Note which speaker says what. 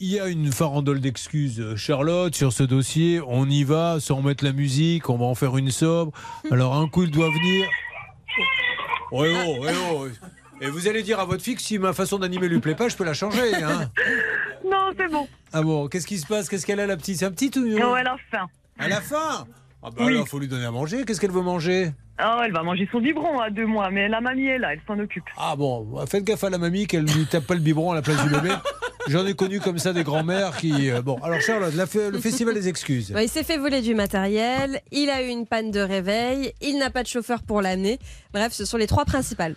Speaker 1: Il y a une farandole d'excuses, euh, Charlotte, sur ce dossier. On y va sans mettre la musique, on va en faire une sobre. Alors un coup, il doit venir. Ouais, oh, ouais, oh. Et vous allez dire à votre fille que si ma façon d'animer lui plaît pas, je peux la changer. Hein
Speaker 2: Non, c'est bon.
Speaker 1: ah bon, qu'est-ce qui se passe Qu'est-ce qu'elle a la petite C'est un petit ou
Speaker 2: Oh, elle a faim.
Speaker 1: À la fin Ah bah
Speaker 2: Oui.
Speaker 1: alors, faut lui donner à manger. Qu'est-ce qu'elle veut manger
Speaker 2: Oh, elle va manger son biberon à deux mois, mais la mamie est là, elle s'en occupe.
Speaker 1: Ah bon, faites gaffe à la mamie qu'elle lui tape pas le biberon à la place du bébé. J'en ai connu comme ça des grands-mères qui... euh, bon, alors Charlotte, la fe- le festival des excuses.
Speaker 3: Bah, il s'est fait voler du matériel, il a eu une panne de réveil, il n'a pas de chauffeur pour l'année. Bref, ce sont les trois principales.